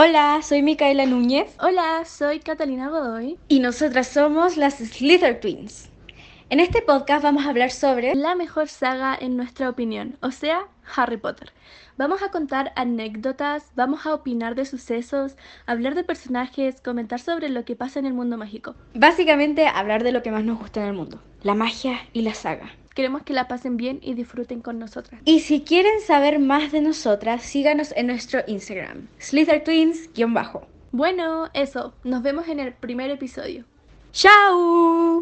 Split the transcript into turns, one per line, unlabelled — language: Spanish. Hola, soy Micaela Núñez
Hola, soy Catalina Godoy.
y nosotras somos las Slither Twins. En este podcast vamos a hablar sobre
La mejor saga en nuestra opinión, o sea, Harry Potter. Vamos a contar anécdotas, vamos a opinar de sucesos, hablar de personajes, comentar sobre lo que pasa en el mundo mágico.
básicamente hablar de lo que más nos gusta en el mundo, la magia y la saga.
Queremos que la pasen bien y disfruten con nosotras.
Y si quieren saber más de nosotras, síganos en nuestro Instagram, Slither Twins-bajo.
Bueno, eso, nos vemos en el primer episodio.
¡Chao!